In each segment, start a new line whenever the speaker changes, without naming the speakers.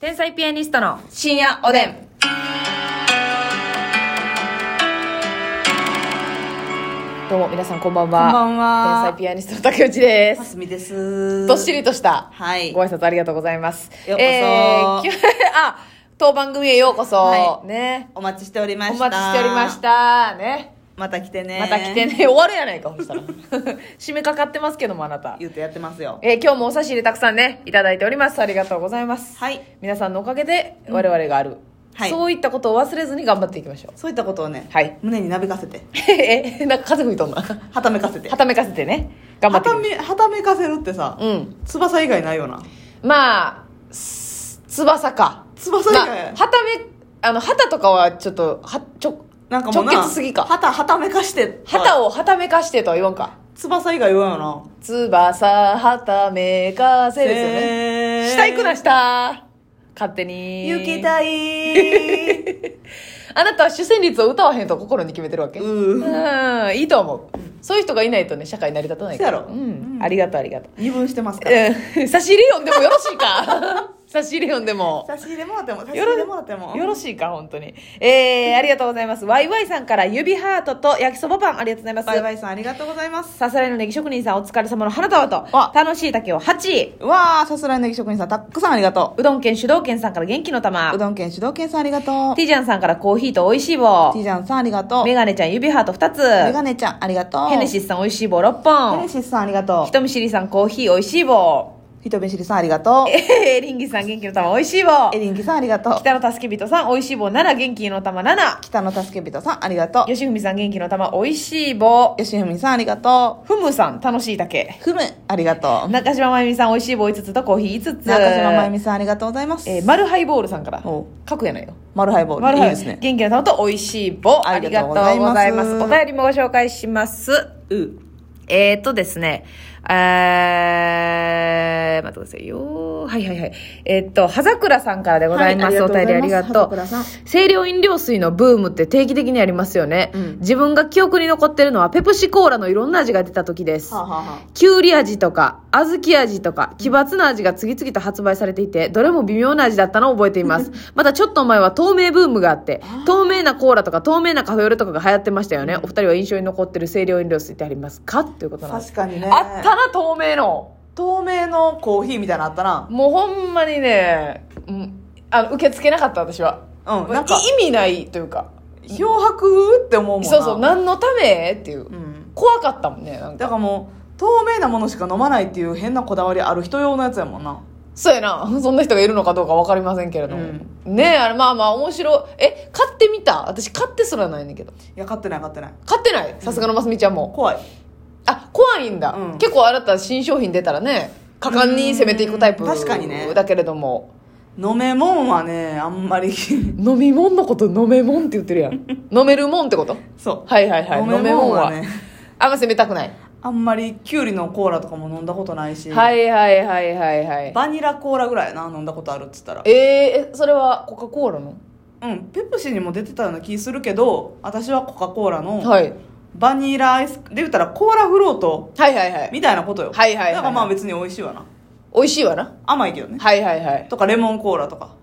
天才ピアニストの
深夜おでん。どうも皆さんこんばんは。
こんばんは
天才ピアニストの竹内で。
ます すみです。
どっしりとした
はい
ご挨拶ありがとうございます。
ようこそ
き あ、当番組へようこそ。
は
ね。
お待ちしておりま
お
した。
待ちしておりまし。た。ね。
また来てね。
また来てね。。終わるやないか、ほしたら。 締めかかってますけども、あなた。
言うてやってますよ。
えー今日もお差し入れたくさんね、いただいております。ありがとうございます。
はい。
皆さんのおかげで我々がある、
はい
そういったことを忘れずに頑張っていき ましょう。
そういったことをね、
はい
胸になびかせて、
え、なんか風吹い とんな。は
はためかせて。
ためかせてね。頑張
は
ってい
た
きまし
め、はためかせるってさ、
ょう。うん。
翼以外ないよな。
まあ、す翼か。
翼以
まあ
外、
はため、あの、旗とかはちょっと、は、ちょ、
なんかもうな、
直結すぎか
はた、はためかして。
旗をはためかしてとは言わんか。
翼以外言わんよな。
翼、はためかせですよね。
ね
下行くな、下。勝手に。
行き たい。
あなたは主旋律を歌わへんと心に決めてるわけ
うん
うん、いいと思う。そういう人がいないとね、社会成り立たないから。
そうやろ
うん。ありがとう、ありがとう。
二分してますから。
うん差し入れ読んでもよろしい か差し入れ読んでも。
差し入れもらっても、差し入れもらっても。
よろしいか、本当に。えー、ありがとうございます。ワイワイさんから指ハートと焼きそばパン、ありがとうございます。
バイバイさんありがとうございます。
さすらいのネギ職人さん、お疲れ様の花束と
あ、
楽しい竹を8位。
うわあ、さすらいのぎ職人さん、たっくさんありがとう。
うどん県主導県さんから元気の玉
う。どん県主導県さんありがとう。
テ
テ
ィジャンさんからコーヒーと美味しい棒
ィ。ジャンさんありがとう。
メ
メ
ガネちゃん指ハート
ガ
2
ネちゃんありがとう。
つ。ヘネシスさん美味しい棒6本。
ヘネシスさんありがとう。
人見知りさんコーヒー美味しい棒。
人見知りさんありがとう。
えー、エリンギさん元気の玉美味しい棒
エ。リンギさんありがとう。
北の助け人さん美味しい棒7、元気の玉7。
北野助け人さんありがとう。
吉文さん元気の玉美味しい棒。
よしふみさんありがと
ふむさん楽しい竹
う。。ふむありがとう。
中島まゆみさん美味しい棒5つとコーヒー5つ。
中島まゆみさんありがとうございます。
えー、マルハイボールさんから。
お
書くやないよ。
マルハイボー
マル
ル。い
ハ
い
イ
ですね。
元気の玉と美味しい棒。あ
あ
り
り
が
が
と
と
う
う
ご
ご
ざ
ざ
い
い
ま
ます
す。お便りもご紹介します。
う。
えー、っとですね、えー、待ってくださいよ。はいはいはい。えーっと、葉桜さんからでございます。
は
お
いありがとうご
便りありがと
ざいます葉
う
桜さん。
清涼飲料水のブームって定期的にありますよね。
うん
自分が記憶に残ってるのはペプシコーラのいろんな味が出た時です。
はあ、はあはあ、
きゅうり味とか、小豆味とか、奇抜な味が次々と発売されていて、どれも微妙な味だったのを覚えてい ます。またちょっと前は透明ブームがあって、透明なコーラとか透明なカフェオレとかが流行ってましたよね。お二人は印象に残ってる清涼飲料水ってありますかっていうことなんです。
確かにね。
あったな、透明の。
透明のコーヒーみたいなのあったな。
もうほんまにね、うん、あの受け付けなかった私は。
うんなんか
い意味ないというか。
漂白って思うもんな。
そうそう、何のためっていう。
うん。
怖かったもんね、なんか。
だからもう透明なものしか飲まないっていう変なこだわりある人用のやつやもんな
そうやな。 そんな人がいるのかどうか分かりませんけれども。ねえ、あれ、まあまあ、面白い。え、買ってみた私、買ってすらないねんだけど。
いや買ってない買ってない
買ってないさすがのますみちゃんも。
怖い
あ、怖いんだ。
うん
結構、あなた、新商品出たらね、果敢に攻めていくタイプ
うん確かにね
だけれども。
飲めもんはねあんまり
飲み物のこと、飲めもんって言ってるやん。飲めるもんってこと
そう
はいはいはい。
飲めもんは
飲め
ね
もんあんま攻めたくない。
あんまりキュウリのコーラとかも飲んだことないし、
はいはいはいはいはい。
バニラコーラぐらいやな飲んだことあるっつったら
えーえ、それはコカ・コーラの
うんペプシにも出てたような気するけど私はコカ・コーラの
はい。
バニラアイスで言ったらコーラフロート
はいはいはい。
みたいなことよ
はいはいはいはい
だからまあ別に美味しいわな
美味しいわな。
甘いけどね
はいはいはい。
とかレモンコーラとか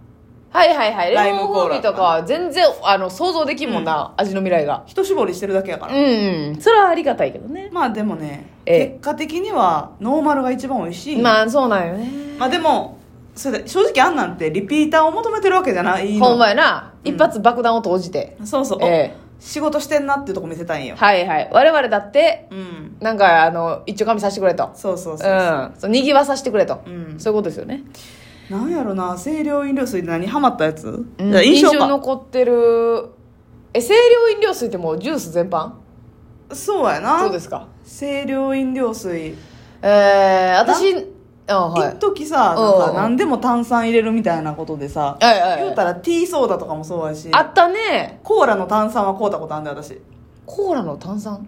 はいはいはい。
ラ
レ
イム
モン
コー
風
ラ
味とかは全然、あの、想像できんもんな、味の未来が。
一絞りしてるだけやから
うん、うん。それはありがたいけどね。
まあでもね、
ええ
結果的にはノーマルが一番美味しい、まあ、
まあ、そうなんよね。
でもそれで正直あんなんてリピーターを求めてるわけじゃないの
ほんまやな。一発爆弾を投じて。
そうそう、お
ええ
仕事してんなっていうとこ見せたいんよ、
はいはい。我々だって、
うん
なんか、あの、一丁紙させてくれと。
そうそう
う
そう、
ん。そう、賑わさせてくれと。
うん
そういうことですよね。
なんやろな清涼飲料水で何ハマったやつ、
うん
じゃあ印象
印象
か
残ってる。え、清涼飲料水ってもうジュース全般
そうやな
そうですか。
清涼飲料水
えー、私、あはい。
一時さ
うん
なんか何でも炭酸入れるみたいなことでさ、
はいはいはい
言うたらティーソーダとかもそうやし
あったね。
コーラの炭酸は買うたことあんだよ私
コーラの炭酸。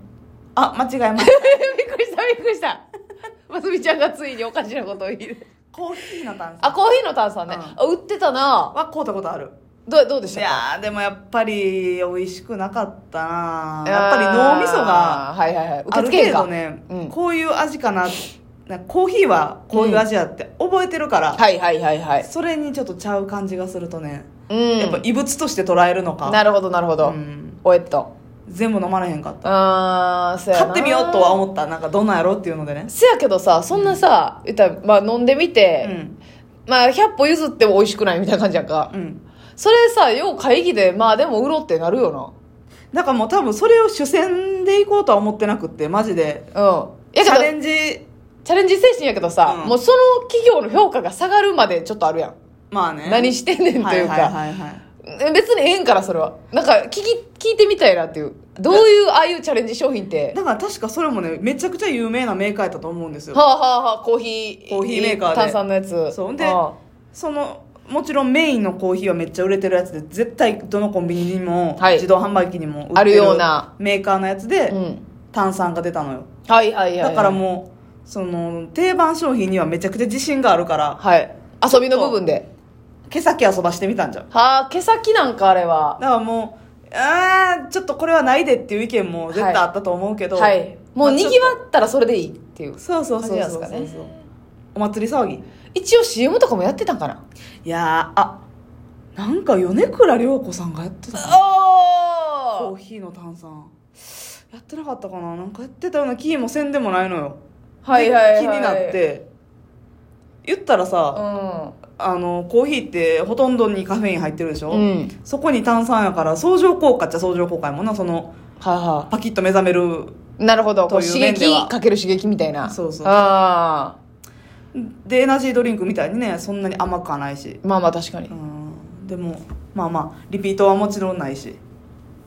あ間違えました
びっくりしたびっくりした ますみちゃんがついにおかしなことを言う
コーヒーの炭酸
あコーヒーの炭酸ね、
うん
あ売ってたな
は買うたことある
どうどうでし
い
たか
やーでもやっぱり美味しくなかったな
あー
やっぱり脳みそが
はいはいはい受け
ある
付けへ
程
んか
度ね、
うん
こういう味かなっなんかコーヒーはこういう味やって覚えてるから、
はいはいはいはい。
それにちょっとちゃう感じがするとね、
うん。
やっぱ異物として捉えるのか
なるほどなるほど。
うん
おえっと。
全部飲まれへんかった
あー、そやな
買ってみようとは思ったなんかどんなんやろうっていうのでね
せやけどさ、そんなさ、言ったら、まあ飲んでみ
う
て、
ん
まあ100歩譲っても美味しくないみたいな感じやんか。
うん
それさ、よう会議で、まあでも売ろうってなるよ
だからもう多分それを主戦でいこうとは思ってなくってマジで
な。うん。
チ
やけど
ャ、レンジ
チャレンジ精神やけどさ、
うん
もうその企業の評価が下がるまでちょっとあるやん。
まあね
何してんねんというか。
はいはいはいはい
別にええんからそれはなんか聞き聞いてみたいなっていうどういうああいうチャレンジ商品って
だから確かそれもねめちゃくちゃ有名なメーカーやったと思うんです
は
よ
あはあはあコーヒー
コーヒーメーカーで
炭酸のやつ
そうで
は
そのもちろんメインのコーヒーはめっちゃ売れてるやつで絶対どのコンビニにも、
はい
自動販売機にも売ってる
あるような
メーカーのやつで、
あうん
炭酸が出たのよ
はいはいはいはい
だからもうその定番商品にはめちゃくちゃ自信があるから
はい遊びの部分で
毛先遊ばしてみたんじゃんだ
はあ毛先なんかあれは
からもうあーちょっとこれはないでっていう意見も絶対あったと思うけど、
はいもう
まあ
に
ちょっ
ぎ
と
わったらそれでいいっていう
そうそうそうそうそう
感じなんですかね
お祭り騒ぎ
一応 CM とかもやってたんかない
やーあなんか米倉涼子さんがやってたなコ
お
ー
ー
ヒーの炭酸やってなかったかななんかやってたような気もせんでもないのよ
はいはいはい
で気になって言ったら
う
さ、
ん
あのコーヒーってほとんどにカフェイン入ってるでしょ、
うん
そこに炭酸やから相乗効果っちゃ相乗効果やもんなその
はいは
パキッと目覚める
いなるほどこう
という
刺
面では
激かける刺激みたいな
そうそうそう
ああ
でエナジードリンクみたいにねそんなに甘くはないし
まあまあ確かに
うんでもまあまあリピートはもちろんないし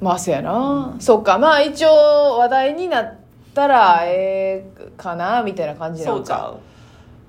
まあそうやな、そうかまあ一応話題になったらええかなみたいな感じなの
じゃ
か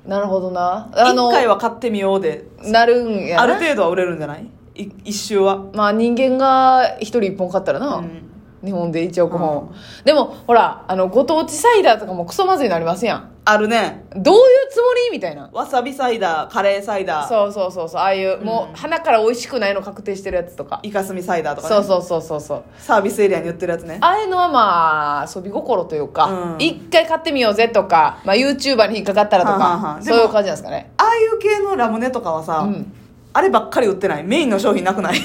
う
なるほどなあ
一
の
回は買ってみようで
なるんやな
ある程度は売れるんじゃないい一周は、
まあ人間が一人一本買ったらな、
うん
日本で1億本、
う
でもほらあのご当地サイダーとかもクソまずいのありますやん
あるね
どういうつもりみたいな
わさびサイダーカレーサイダー
そうそうそうそうああいう、もう鼻から美味しくないの確定してるやつとか、
イカスミサイダーとか、ね、
そうそうそうそうそう
サービスエリアに売ってるやつね
ああいうのはまあ遊び心というか
うん
一、回買ってみようぜとか、まあ、YouTuber に引っかかったらとか
はあはあ
そういう感じなんですかね
ああいう系のラムネとかはさ、
うん
あればっかり売ってないメインの商品なく ない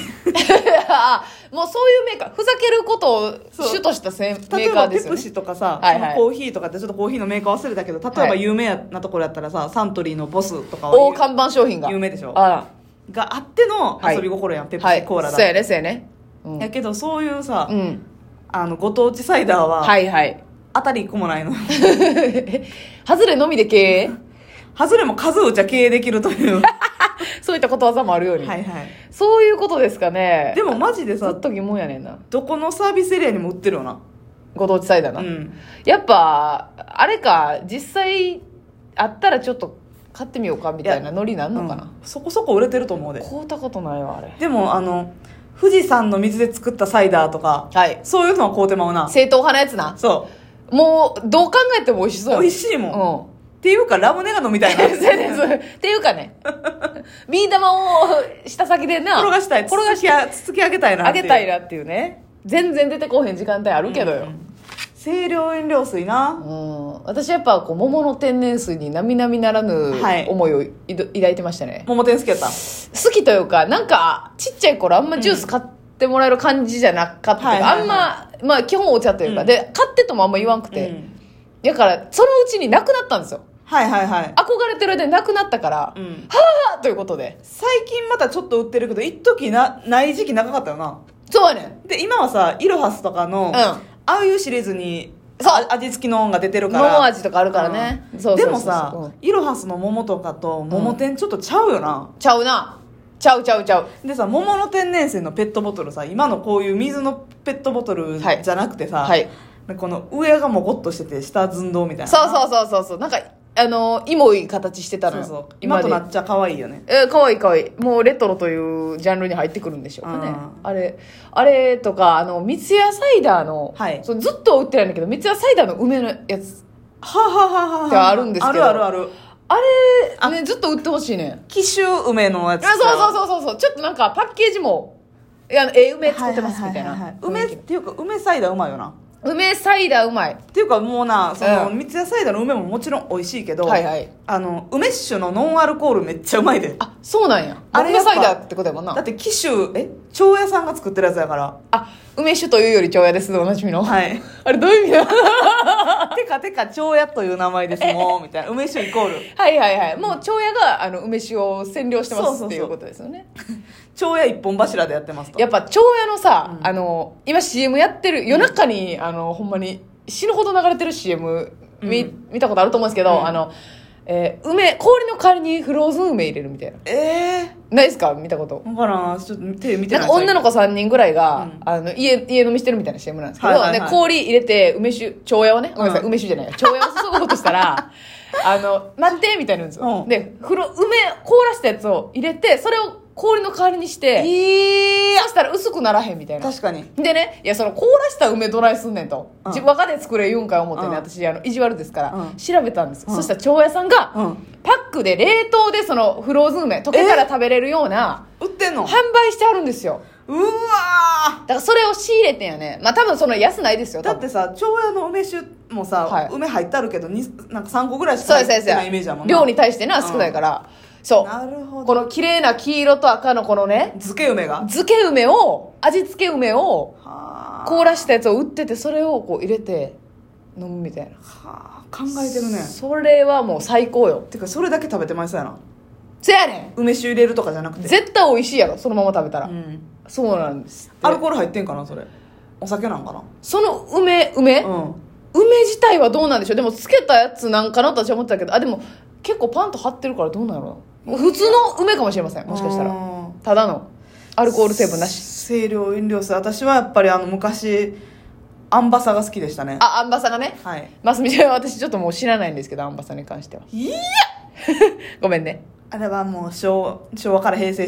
あもうそういうメーカーふざけることを
そう
主としたせんメ
例え
ーカ
ば
ーで
ペ
すよ
プ
ね
シとかさ、
はいはい
そのコーヒーとかってちょっとコーヒーのメーカー忘れたけど例えば
はい
有名なところやったらさ、サントリーのボスとか
大
は
看板商品が
有名でしょ
あら
があっての
はい
遊び心やん、ペプ
は
シ
い
コーラだ、
そうやねそうやねうん、
やけどそういうさ、
うん
あのご当地サイダーは、
はいはい
当たり1個もないの
ハズレのみで経営
外れも数打ちゃ経営できると いうは
そういったことわざもあるように、
いはい
そういうことですかね
でもマジで
ず
さ
っと疑問やねんな
どこのサービスエリアにも売ってるよな
ご当地サイダーな、
うん
やっぱあれか実際あったらちょっと買ってみようかみたいなノリなんのかな、
うんそこそこ売れてると思うで
買うたことないわあれ
でもあの富士山の水で作ったサイダーとか
はい
そういうのは買うてまうな
正統派のやつな
そ
もうどう考えても美味しそう
う
や
美味しいもん、っ
も
ていうかラムネが飲みたいな
うん そうですっていうか ねビー玉をした先でな
転がしたい
転がし
しつつき上げたいな
あ
って
げ
う
たいなっていうね全然出てこうへん時間帯あるけどよ、
清涼飲料水
う
なん
私やっぱこう桃の天然水に並々ならぬ
はい
思いをいど抱いてましたね、
桃天好きやった
好きというかなんかちっちゃい頃あんまジュース買ってもらえる感じじゃなかったというか、
うんはいはい
あんま、まあ、基本お茶というか、
うん
で買ってともあんま言わんく
う
て、
ん
だからそのうちになくなったんですよ
はいはいはい、
憧れてる間になくなったから、
う
は
ん、
あということで
最近またちょっと売ってるけど一時なない時期長かったよな
そうやねん
で今はさイロハスとかの、
ん
ああいうシリーズに
そう
あ味付きの音が出てるから
桃味とかあるからね
うん
そうそうそう
でもさ、
うん
イロハスの桃とかと桃天ちょっとちゃうよな、
ちゃうなちゃうちゃうちゃう
でさ桃の天然水のペットボトルさ今のこういう水のペットボトルじ
はい
ゃなくてさ、
はい
でこの上がもごっとしてて下寸胴みたいな
そうそうそうそうそうなんかあのイモい形してたの
そう
よ
そう今となっちゃ可愛いよね
えー、かわいいかわいいもうレトロというジャンルに入ってくるんでしょうかね
うん
あれあれとかあの三ツ矢サイダーの、
はい
そうずっとは売ってないんだけど三ツ矢サイダーの梅のやつ
はあはあはあは
ってあるんですけど
あるあるある
あれねずっと売ってほしいねん
紀州梅のや
あ
つ
そうそう
う
そうそうそうちょっとなんかパッケージもいやえー、梅作ってますみたいな
梅
雰囲気
っていうか梅サイダーうまいよな
梅サイダーうまい
っていうかもうなその、
うん
三ツ矢サイダーの梅ももちろん美味しいけど、
はいはい
あの梅酒のノンアルコールめっちゃうまいで
あそうなんや
あれ
梅
やっぱ
サイダーってことやもん
だっ
な
て紀州え長屋さんが作ってるやつやから
あ梅酒というより長屋ですでおなじみの、
はい
あれどういう意味だ
てかてか長屋という名前です もんみたいな梅酒イコール
はいはいはいもう長屋があの梅酒を占領してま
そうそう
す
そう
っていうことですよね
長屋一本柱でやってますと
やっぱ長屋のさ、あの今 CM やってる夜中に、あのほんまに死ぬほど流れてる CM 見,、見たことあると思うんですけど、
うん
あの、えー梅氷の代わりにフローズン梅入れるみたいな
ええ
ないですか見たこと
ー、分からんちょっと手見て
な
ない
んか女の子3人ぐらいが、
うん
あの家家飲みしてるみたいな CM なんですけど、
はいはいはい
で氷入れて梅酒長屋をねごめんなさい、
うん
梅酒じゃない長屋を注ごうとした らあの待ってみたいなんですよ、
うん
で風呂梅凍らしたやつを入れてそれを氷の代わりにして
え
そしたら薄くならへんみたいな
確かに
でね、いや、その凍らした梅どないすんねんと。
うん
自分若で作れ言うんかい思ってね、
うん
私、あの、意地悪ですから、
うん
調べたんですよ。
うん
そしたら、長屋さんが、
うん
パックで冷凍でその、フローズン梅、溶けたら食べれるような、
売ってんの
販売してあるんですよ。
うわ
だ
ー
から、それを仕入れてんやね。まあ、多分その、安ないですよ、
だ
多
っ
分。
てさ長屋の梅酒もさ、
はい
梅入ってあるけどになんか3個ぐらいし
そ
か
う
入
で
っ
す、そう
てないイ
で
メージ
す
やも。んな
量に対してな、少ないから。そ
なるほ
う。
ど
この綺麗な黄色と赤のこのね、
漬け梅が
漬け梅を、味付け梅を、
はー
凍らしたやつを売ってて、それをこう入れて、飲むみたいな。
はあ考えてるね
それはもう最高よ
てかそれだけ食べてまいそうやな
せやね
梅酒入れるとかじゃなく
ん
て
絶対美味しいやろそのまま食べたら、
うん
そうなんですって
アルコール入ってんかなそれお酒なんかな
その梅梅、
うん
梅自体はどうなんでしょうでもつけたやつなんかなと私は思ってたけどあでも結構パンと張ってるからどうなんやろな普通の梅かもしれませんもしかした
う
ら
ん
ただのアルコール成分なし
清涼飲料水私はやっぱりあの昔アンバサが好きでしたね
あアンバサがね
はい
マスミちゃんは私ちょっともう知らないんですけどアンバサに関してはい
や
ごめんね
あれはもう昭昭和から平成